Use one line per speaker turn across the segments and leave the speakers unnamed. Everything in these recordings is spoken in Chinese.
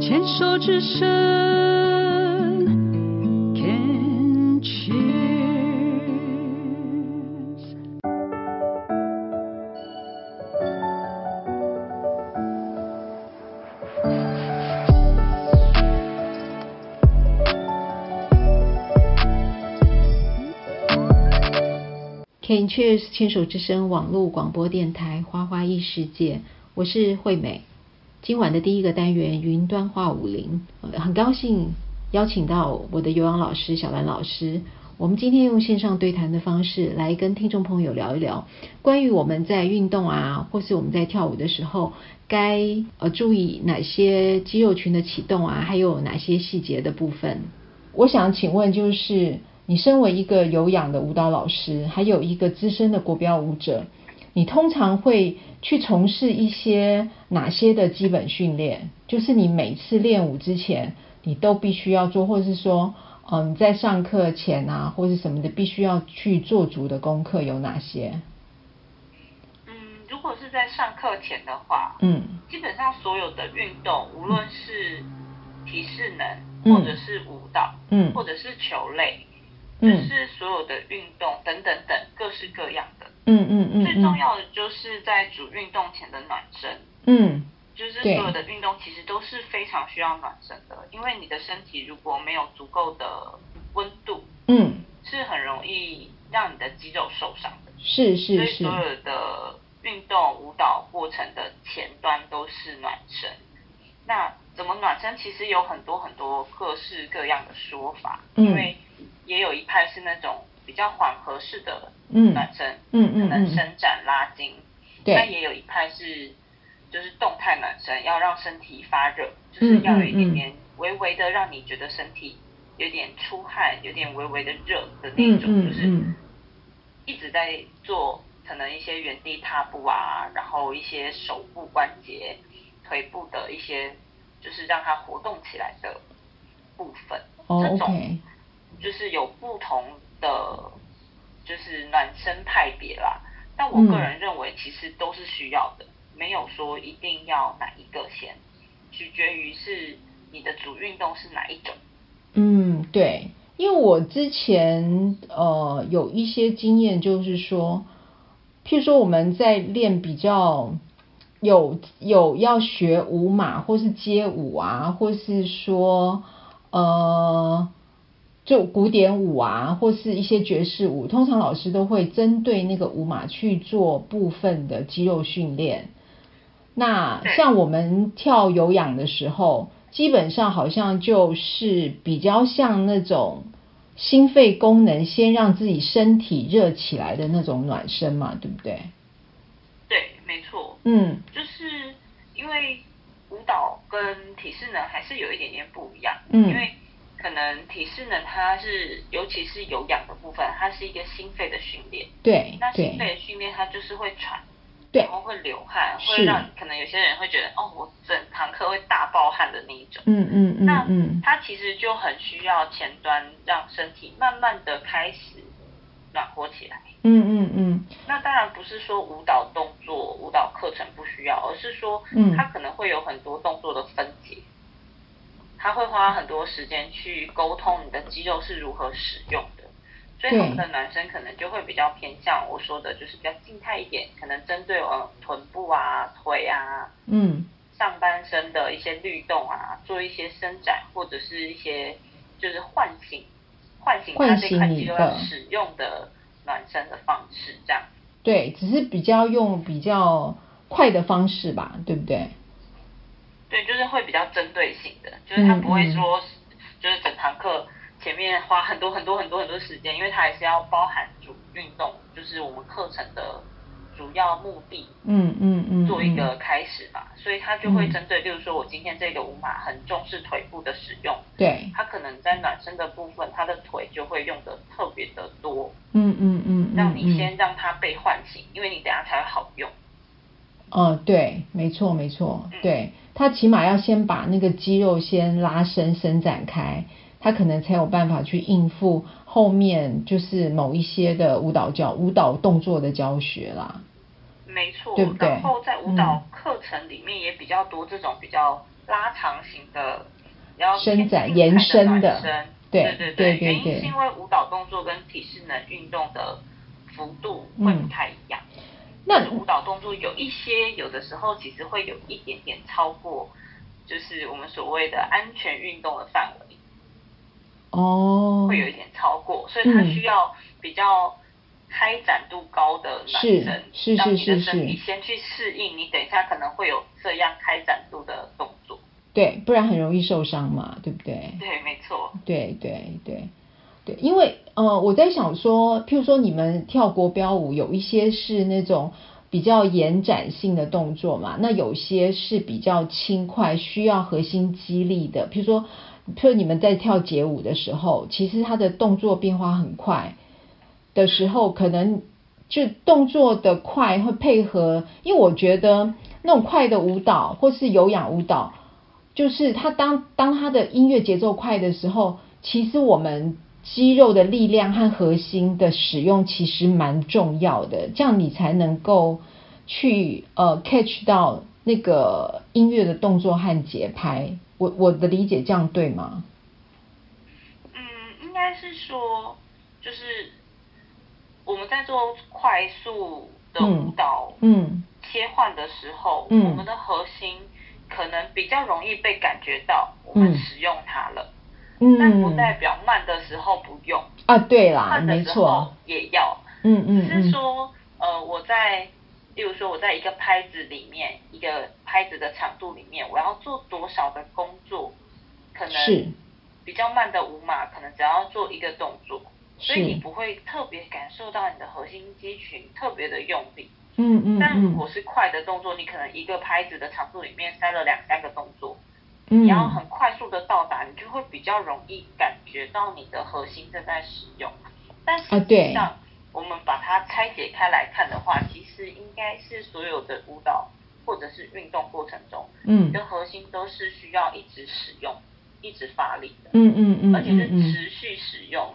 牵手之声，Can cheers。
Can Cheers 牵手之声网络广播电台《花花异世界》，我是惠美。今晚的第一个单元“云端化武林”，呃很高兴邀请到我的游泳老师小兰老师。我们今天用线上对谈的方式来跟听众朋友聊一聊，关于我们在运动啊，或是我们在跳舞的时候，该呃注意哪些肌肉群的启动啊，还有哪些细节的部分。我想请问，就是你身为一个有氧的舞蹈老师，还有一个资深的国标舞者，你通常会去从事一些哪些的基本训练？就是你每次练舞之前，你都必须要做，或是说，嗯，你在上课前啊，或是什么的，必须要去做足的功课有哪些？
嗯，如果是在上课前的话，
嗯
基本上所有的运动，无论是体适能，
嗯
或者是舞蹈，
嗯
或者是球类，就
嗯
是所有的运动等等等各式各样的。
嗯嗯嗯
最重
嗯
要的就是在主运动前的暖身，
嗯
就是所
对
有的运动其实都是非常需要暖身的，因为你的身体如果没有足够的温度，
嗯，
是很容易让你的肌肉受伤的。
是
所
是
以
是
所，有的运动舞蹈过程的前端都是暖身。那怎么暖身？其实有很多很多各式各样的说法，
嗯
因为也有一派是那种比较缓和式的
嗯
暖身，
嗯
可
嗯
能
嗯，
伸展拉筋。那
对，
也有一派是就是动态暖身，要让身体发热，
嗯
就是要有一点点微微的让你觉得身体有点出汗，有点微微的热的那
嗯
种，
嗯
就是。
嗯
一直在做可能一些原地踏步啊，然后一些手部关节、腿部的一些，就是让它活动起来的部分，
哦
这种
，OK，
就是有不同的就是暖身派别啦。但我
嗯
个人认为，其实都是需要的，没有说一定要哪一个先，取决于是你的主运动是哪一种。
嗯，对，因为我之前呃有一些经验，就是说，譬如说我们在练比较有有要学舞码或是街舞啊，或是说呃就古典舞啊，或是一些爵士舞，通常老师都会针对那个舞码去做部分的肌肉训练。那
对
像我们跳有氧的时候，基本上好像就是比较像那种心肺功能先让自己身体热起来的那种暖身嘛，对不对？
对，没错。
嗯
就是因为舞蹈跟体适能还是有一点点不一样，
嗯
因为可能体适能它是，尤其是有氧的部分，它是一个心肺的训练，
对
那心
对
肺的训练它就是会喘，
对
然，后会流汗，
是
会让可能有些人会觉得哦，我整堂课会大爆汗的那一种。
嗯嗯嗯
那
嗯，
它其实就很需要前端让身体慢慢的开始暖和起来。
嗯嗯嗯，
那当然不是说舞蹈动作、舞蹈课程不需要，而是说
嗯
它可能会有很多动作的分解，它会花很多时间去沟通你的肌肉是如何使用的。所以
对
我们的男生可能就会比较偏向我说的，就是比较静态一点，可能针对呃臀部啊、腿啊、
嗯
上半身的一些律动啊，做一些伸展或者是一些就是唤醒、唤醒他
唤
这
醒
块
你
肌肉
的
要使用的暖身的方式，这样。
对，只是比较用比较快的方式吧，对不对？
对，就是会比较针对性的，就是
嗯
他不会说，就是整堂课前面花很多很多很多很多时间，因为他还是要包含主运动，就是我们课程的主要目的
嗯嗯嗯，
做一
嗯
个开始嘛，所以他就会
嗯
针对，例如说我今天这个舞码很重视腿部的使用，
对，
他可能在暖身的部分，他的腿就会用的特别的多，
嗯嗯嗯嗯，
让你
嗯
先让它被唤醒，因为你等一下才会好用。
哦，对，没错，没错
嗯，
对，他起码要先把那个肌肉先拉伸、伸展开，他可能才有办法去应付后面就是某一些的舞蹈教、舞蹈动作的教学啦。
没错，
对不对嗯
然后在舞蹈课程里面也比较多这种比较拉长型的，比较
伸展
偏
延伸的
的暖身，
对
对
对对
原因
对
是因为舞蹈动作跟体适能运动的幅度会不太一样。
嗯那
舞蹈动作有一些，有的时候其实会有一点点超过，就是我们所谓的安全运动的范围，
哦，
会有一点超过，所以它
嗯
需要比较开展度高的暖
是
身，
是
让
是
你的
是
身体
是
先去适应，你等一下可能会有这样开展度的动作。
对，不然很容易受伤嘛，对不对？
对，没错。
对对对对，因为呃，我在想说，譬如说你们跳国标舞，有一些是那种比较延展性的动作嘛，那有些是比较轻快，需要核心肌力的。譬如说，譬如你们在跳街舞的时候，其实它的动作变化很快的时候，可能就动作的快会配合，因为我觉得那种快的舞蹈或是有氧舞蹈。就是他当当他的音乐节奏快的时候，其实我们肌肉的力量和核心的使用其实蛮重要的，这样你才能够去呃 catch 到那个音乐的动作和节拍。我我的理解这样对吗？
嗯，应该是说，就是我们在做快速的舞蹈
嗯
切换的时候，
嗯
我们的核心可能比较容易被感觉到我们
嗯
使用它了，但不
嗯
代表慢的时候不用，
啊，对啦，
慢的
没
时候
错，
也要。
嗯嗯
只是
嗯
说，呃，我在，例如说我在一个拍子里面，一个拍子的长度里面，我要做多少的工作，可能
是
比较慢的舞码，可能只要做一个动作，所以你
是，
不会特别感受到你的核心肌群特别的用力。
嗯嗯
但如
嗯
果是快的动作，你可能一个拍子的长度里面塞了两三个动作，你要
嗯，
很快速的到达，你就会比较容易感觉到你的核心正在使用。但
啊
实际上，我们把它拆解开来看的话，其实应该是所有的舞蹈或者是运动过程中，
嗯
你的核心都是需要一直使用、一直发力的。
嗯嗯嗯
而且是
嗯嗯，
持续使用，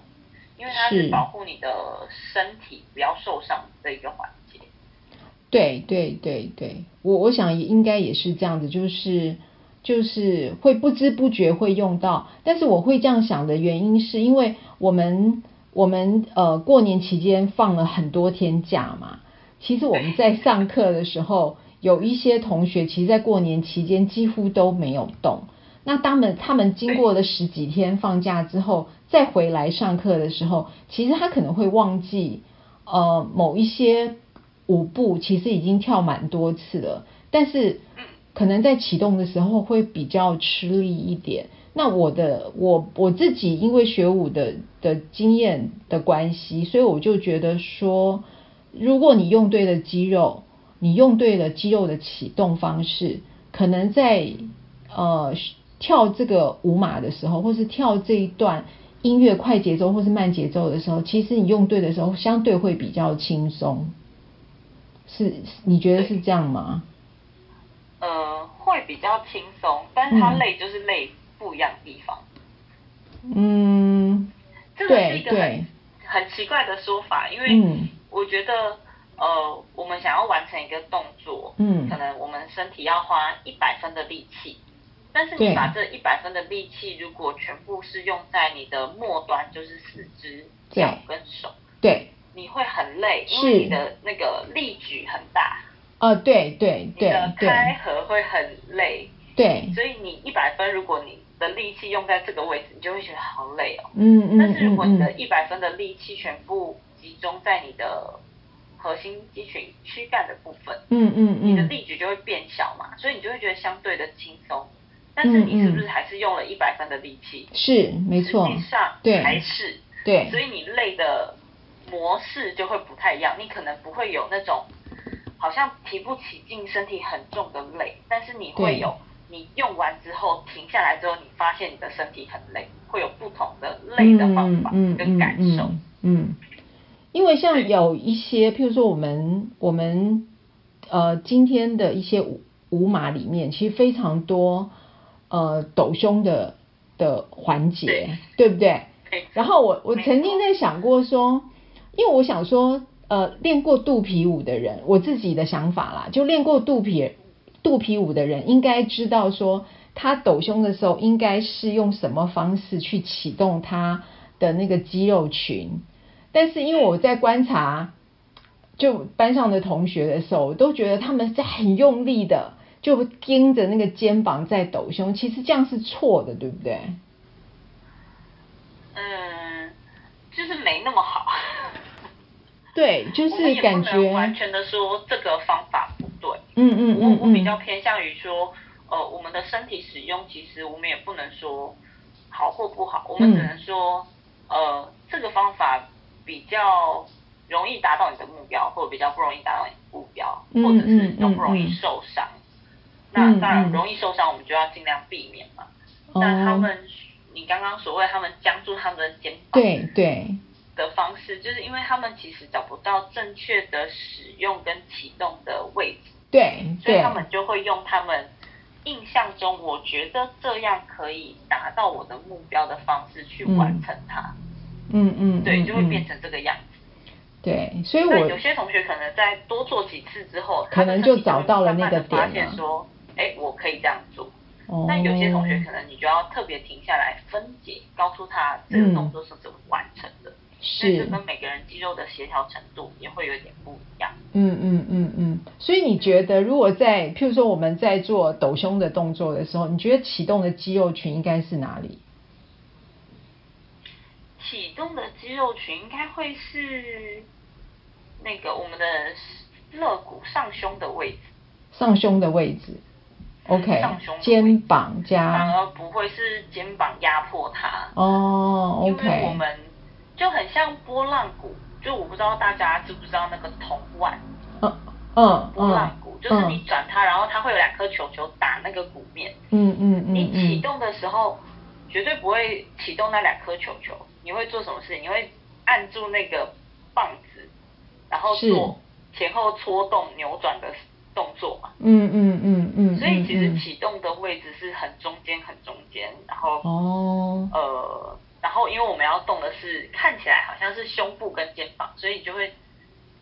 因为它
是
是保护你的身体不要受伤的一个环节。
对对对对，我我想也应该也是这样子，就是就是会不知不觉会用到，但是我会这样想的原因是因为我们我们呃过年期间放了很多天假嘛，其实我们在上课的时候，有一些同学其实，在过年期间几乎都没有动。那他们他们经过了十几天放假之后，再回来上课的时候，其实他可能会忘记，呃，某一些舞步其实已经跳蛮多次了，但是可能在启动的时候会比较吃力一点。那我的我我自己因为学舞的的经验的关系，所以我就觉得说，如果你用对了肌肉，你用对了肌肉的启动方式，可能在呃跳这个舞码的时候，或是跳这一段音乐快节奏或是慢节奏的时候，其实你用对的时候，相对会比较轻松。是，你觉得是这样吗？
呃，会比较轻松，但是它
嗯
累就是累不一样的地方。
嗯，
这个是
对
一个很
对，
很奇怪的说法，因为
嗯
我觉得，呃，我们想要完成一个动作，
嗯
可能我们身体要花一百分的力气，但是
对
你把这一百分的力气，如果全部是用在你的末端，就是四肢、
对
脚跟手，
对，
你会很累，因
是
为你的那个力矩很大，
呃，对对
你
对嗯
的开
对
合会很累，
对，
所以你一百分，如果你的力气用在这个位置，你就会觉得好累哦。
嗯嗯
但是如
嗯
果你的
嗯，
一百分的力气全部集中在你的核心肌群躯干的部分，
嗯嗯
你的
嗯，
力矩就会变小嘛，所以你就会觉得相对的轻松。但是你是不是还是用了一百分的力气？
是嗯没错
实，际上
对
还是
对
所以你累的模式就会不太一样，你可能不会有那种好像提不起劲、身体很重的累，但是你
对
会有你用完之后停下来之后，你发现你的身体很累，会有不同的累的方法
嗯
跟感受。
嗯嗯嗯，因为像
对
有一些，譬如说我们我们呃今天的一些舞舞码里面，其实非常多呃抖胸的的环节，对不对？
对
然后我我
没
曾经在想过说，因为我想说，呃，练过肚皮舞的人，我自己的想法啦，就练过肚皮肚皮舞的人应该知道说，他抖胸的时候应该是用什么方式去启动他的那个肌肉群。但是因为我在观察就班上的同学的时候，我都觉得他们在很用力的就盯着那个肩膀在抖胸，其实这样是错的，对不对？
嗯，就是没那么好。
对，就
我们
是
也
感
不能
觉，
完全的说这个方法不对。
嗯嗯
我
嗯
我比较
嗯，
偏向于说，呃，我们的身体使用，其实我们也不能说好或不好，我们
嗯
只能说，呃，这个方法比较容易达到你的目标，或者比较不容易达到你的目标，
嗯
或者是
嗯
容不容
嗯
易
嗯
受伤。
嗯
那当然
嗯
容易受伤，我们就要尽量避免嘛。
哦
那他们，你刚刚所谓他们僵住他们的肩膀，
对对，
的方式，就是因为他们其实找不到正确的使用跟启动的位置，
对
所以
对
他，们就会用他们印象中我觉得这样可以达到我的目标的方式去完成它，
嗯嗯，
对，
嗯
就会变
嗯
成这个样子。
对，所以
那
我
有些同学可能在多做几次之后，
可能
他的身
就
体
找到了那个
会慢慢地发
点了
现说，哎，我可以这样做。
哦，
但有些同学可能你就要特别停下来分解，告诉他这个动作是怎么完成
嗯
的。所以这
是，
跟每个人肌肉的协调程度也会有点不一样。
嗯嗯嗯嗯，所以你觉得如果在譬如说我们在做抖胸的动作的时候，你觉得启动的肌肉群应该是哪里？
启动的肌肉群应该会是那个我们的肋骨上胸的位置，
上胸的位置，OK，
上胸的位置
肩膀
反
加
而不会是肩膀压迫它。
哦
因为我
，OK，
们就很像波浪鼓，就我不知道大家知不知道那个铜腕
嗯嗯
波
嗯
浪鼓，就是你转它，然后它会有两颗球球打那个鼓面。
嗯嗯
你
嗯
启
嗯，
动的时候，绝对不会启动那两颗球球，你会做什么事？你会按住那个棒子，然后
是
做前后搓动、扭转的动作嘛。
嗯嗯嗯嗯，
所以其实
嗯嗯
启动的位置是很中间、很中间，然后、
哦，
呃，然后因为我们要动的是看起来好像是胸部跟肩膀，所以你就会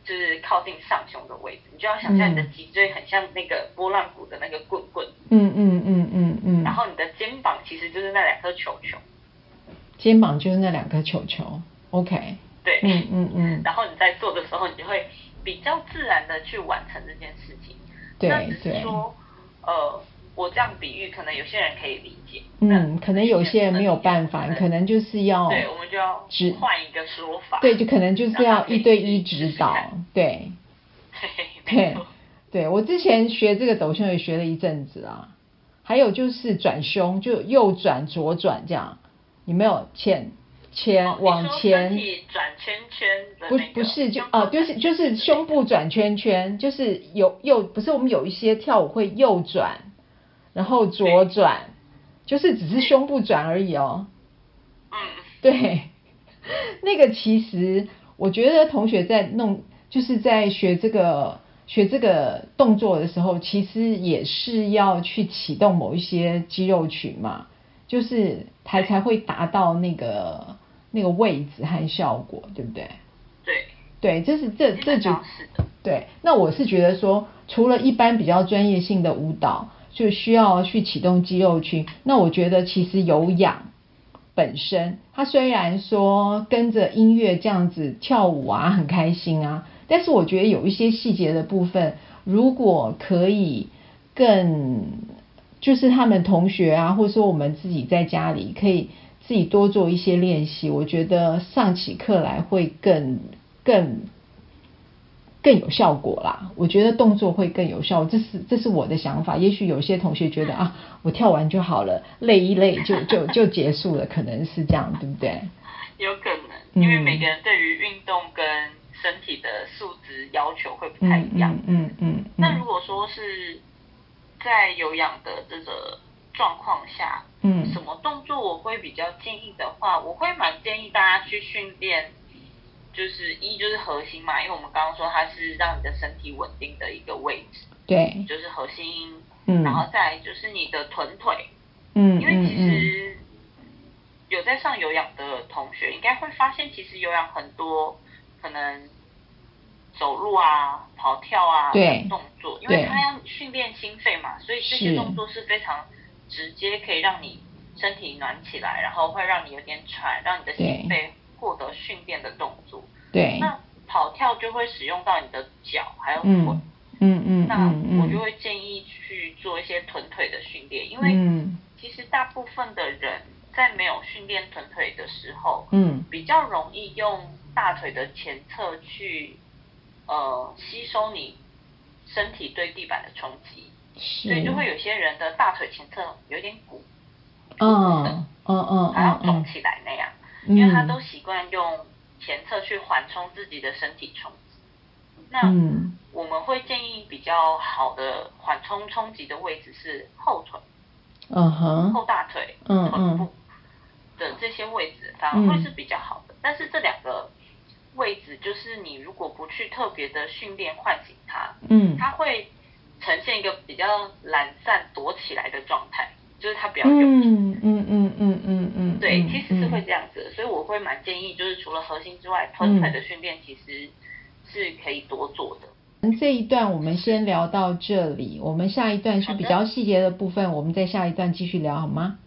就是靠近上胸的位置，你就要想象你的
嗯
脊椎很像那个波浪鼓的那个棍棍，
嗯嗯嗯嗯嗯，
然后你的肩膀其实就是那两颗球球。
肩膀就是那两颗球球，OK，
对，
嗯嗯嗯，
然后你在做的时候，你就会比较自然的去完成这件事情。那
对
只是
对，
说，呃，我这样比喻，可能有些人可以理解，
嗯，可能有些人没有办法，
那
可能就是要
对，我们就要
指
换一个说法。
对，就 可能就是
让他
要
可以
一对一
去试
指
试
导
看，
对
对，没
对
错，
对。我之前学这个抖胸也学了一阵子啊，还有就是转胸，就右转左转这样，你没有前前、
哦你
往
说
前
身，体转圈圈的
不
那个
不是就
胸部
哦、就是
转
就是胸部转圈圈，就是有右不是我们有一些跳舞会右转，然后左
对
转，就是只是胸部转而已哦。
嗯，
对， 那个其实我觉得同学在弄，就是在学这个学这个动作的时候，其实也是要去启动某一些肌肉群嘛，就是才才会达到那个那个位置和效果，对不对？
对，
对，这是这
基
这
本
就
上是的，
对，那我是觉得说，除了一般比较专业性的舞蹈，就需要去启动肌肉群。那我觉得其实有氧本身，它虽然说跟着音乐这样子跳舞啊，很开心啊，但是我觉得有一些细节的部分，如果可以更，就是他们同学啊，或者说我们自己在家里可以自己多做一些练习，我觉得上起课来会更更更有效果啦。我觉得动作会更有效，这是这是我的想法。也许有些同学觉得啊，我跳完就好了，累一累就就就结束了，可能是这样，对不对？
有可能，
嗯
因为每个人对于运动跟身体的素质要求会不太
嗯
一样。
嗯嗯嗯
那
嗯
如果说是在有氧的这个状况下，
嗯
什么动作我会比较建议的话，我会蛮建议大家去训练，就是一就是核心嘛，因为我们刚刚说它是让你的身体稳定的一个位置，
对，
就是核心，
嗯
然后再来就是你的臀腿，
嗯
因为
嗯
其
嗯，
实有在上有氧的同学应该会发现，其实有氧很多可能走路啊、跑跳啊
对
的动作，因为
对
它要训练心肺嘛，所以这些
是
动作是非常直接可以让你身体暖起来，然后会让你有点喘，让你的心
对
肺获得训练的动作。
对，
那跑跳就会使用到你的脚还有腿，
嗯嗯嗯
那
嗯
我就
嗯
会建议去做一些臀腿的训练，因为
嗯
其实大部分的人在没有训练臀腿的时候，
嗯
比较容易用大腿的前侧去呃吸收你身体对地板的冲击，所以
是
就，会有些人的大腿前侧有点鼓，
嗯嗯嗯
还要
嗯
肿
嗯
起来那样，因为他
嗯
都习惯用前侧去缓冲自己的身体冲击。那、
嗯
我们会建议比较好的缓冲冲击的位置是后腿、
嗯哼
后大腿、
嗯
臀
嗯
部的这些位置，反而会是比较好的。但是这两个位置，就是你如果不去特别的训练唤醒它，
嗯
它会呈现一个比较懒散、躲起来的状态，就是它比较用力。
嗯嗯嗯嗯嗯嗯，
对，
嗯
其实是
嗯
会这样子的，所以我会蛮建议，就是除了核心之外，臀腿的训练其实是可以多做的。
嗯这一段我们先聊到这里，我们下一段是比较细节的部分，我们在下一段继续聊好吗？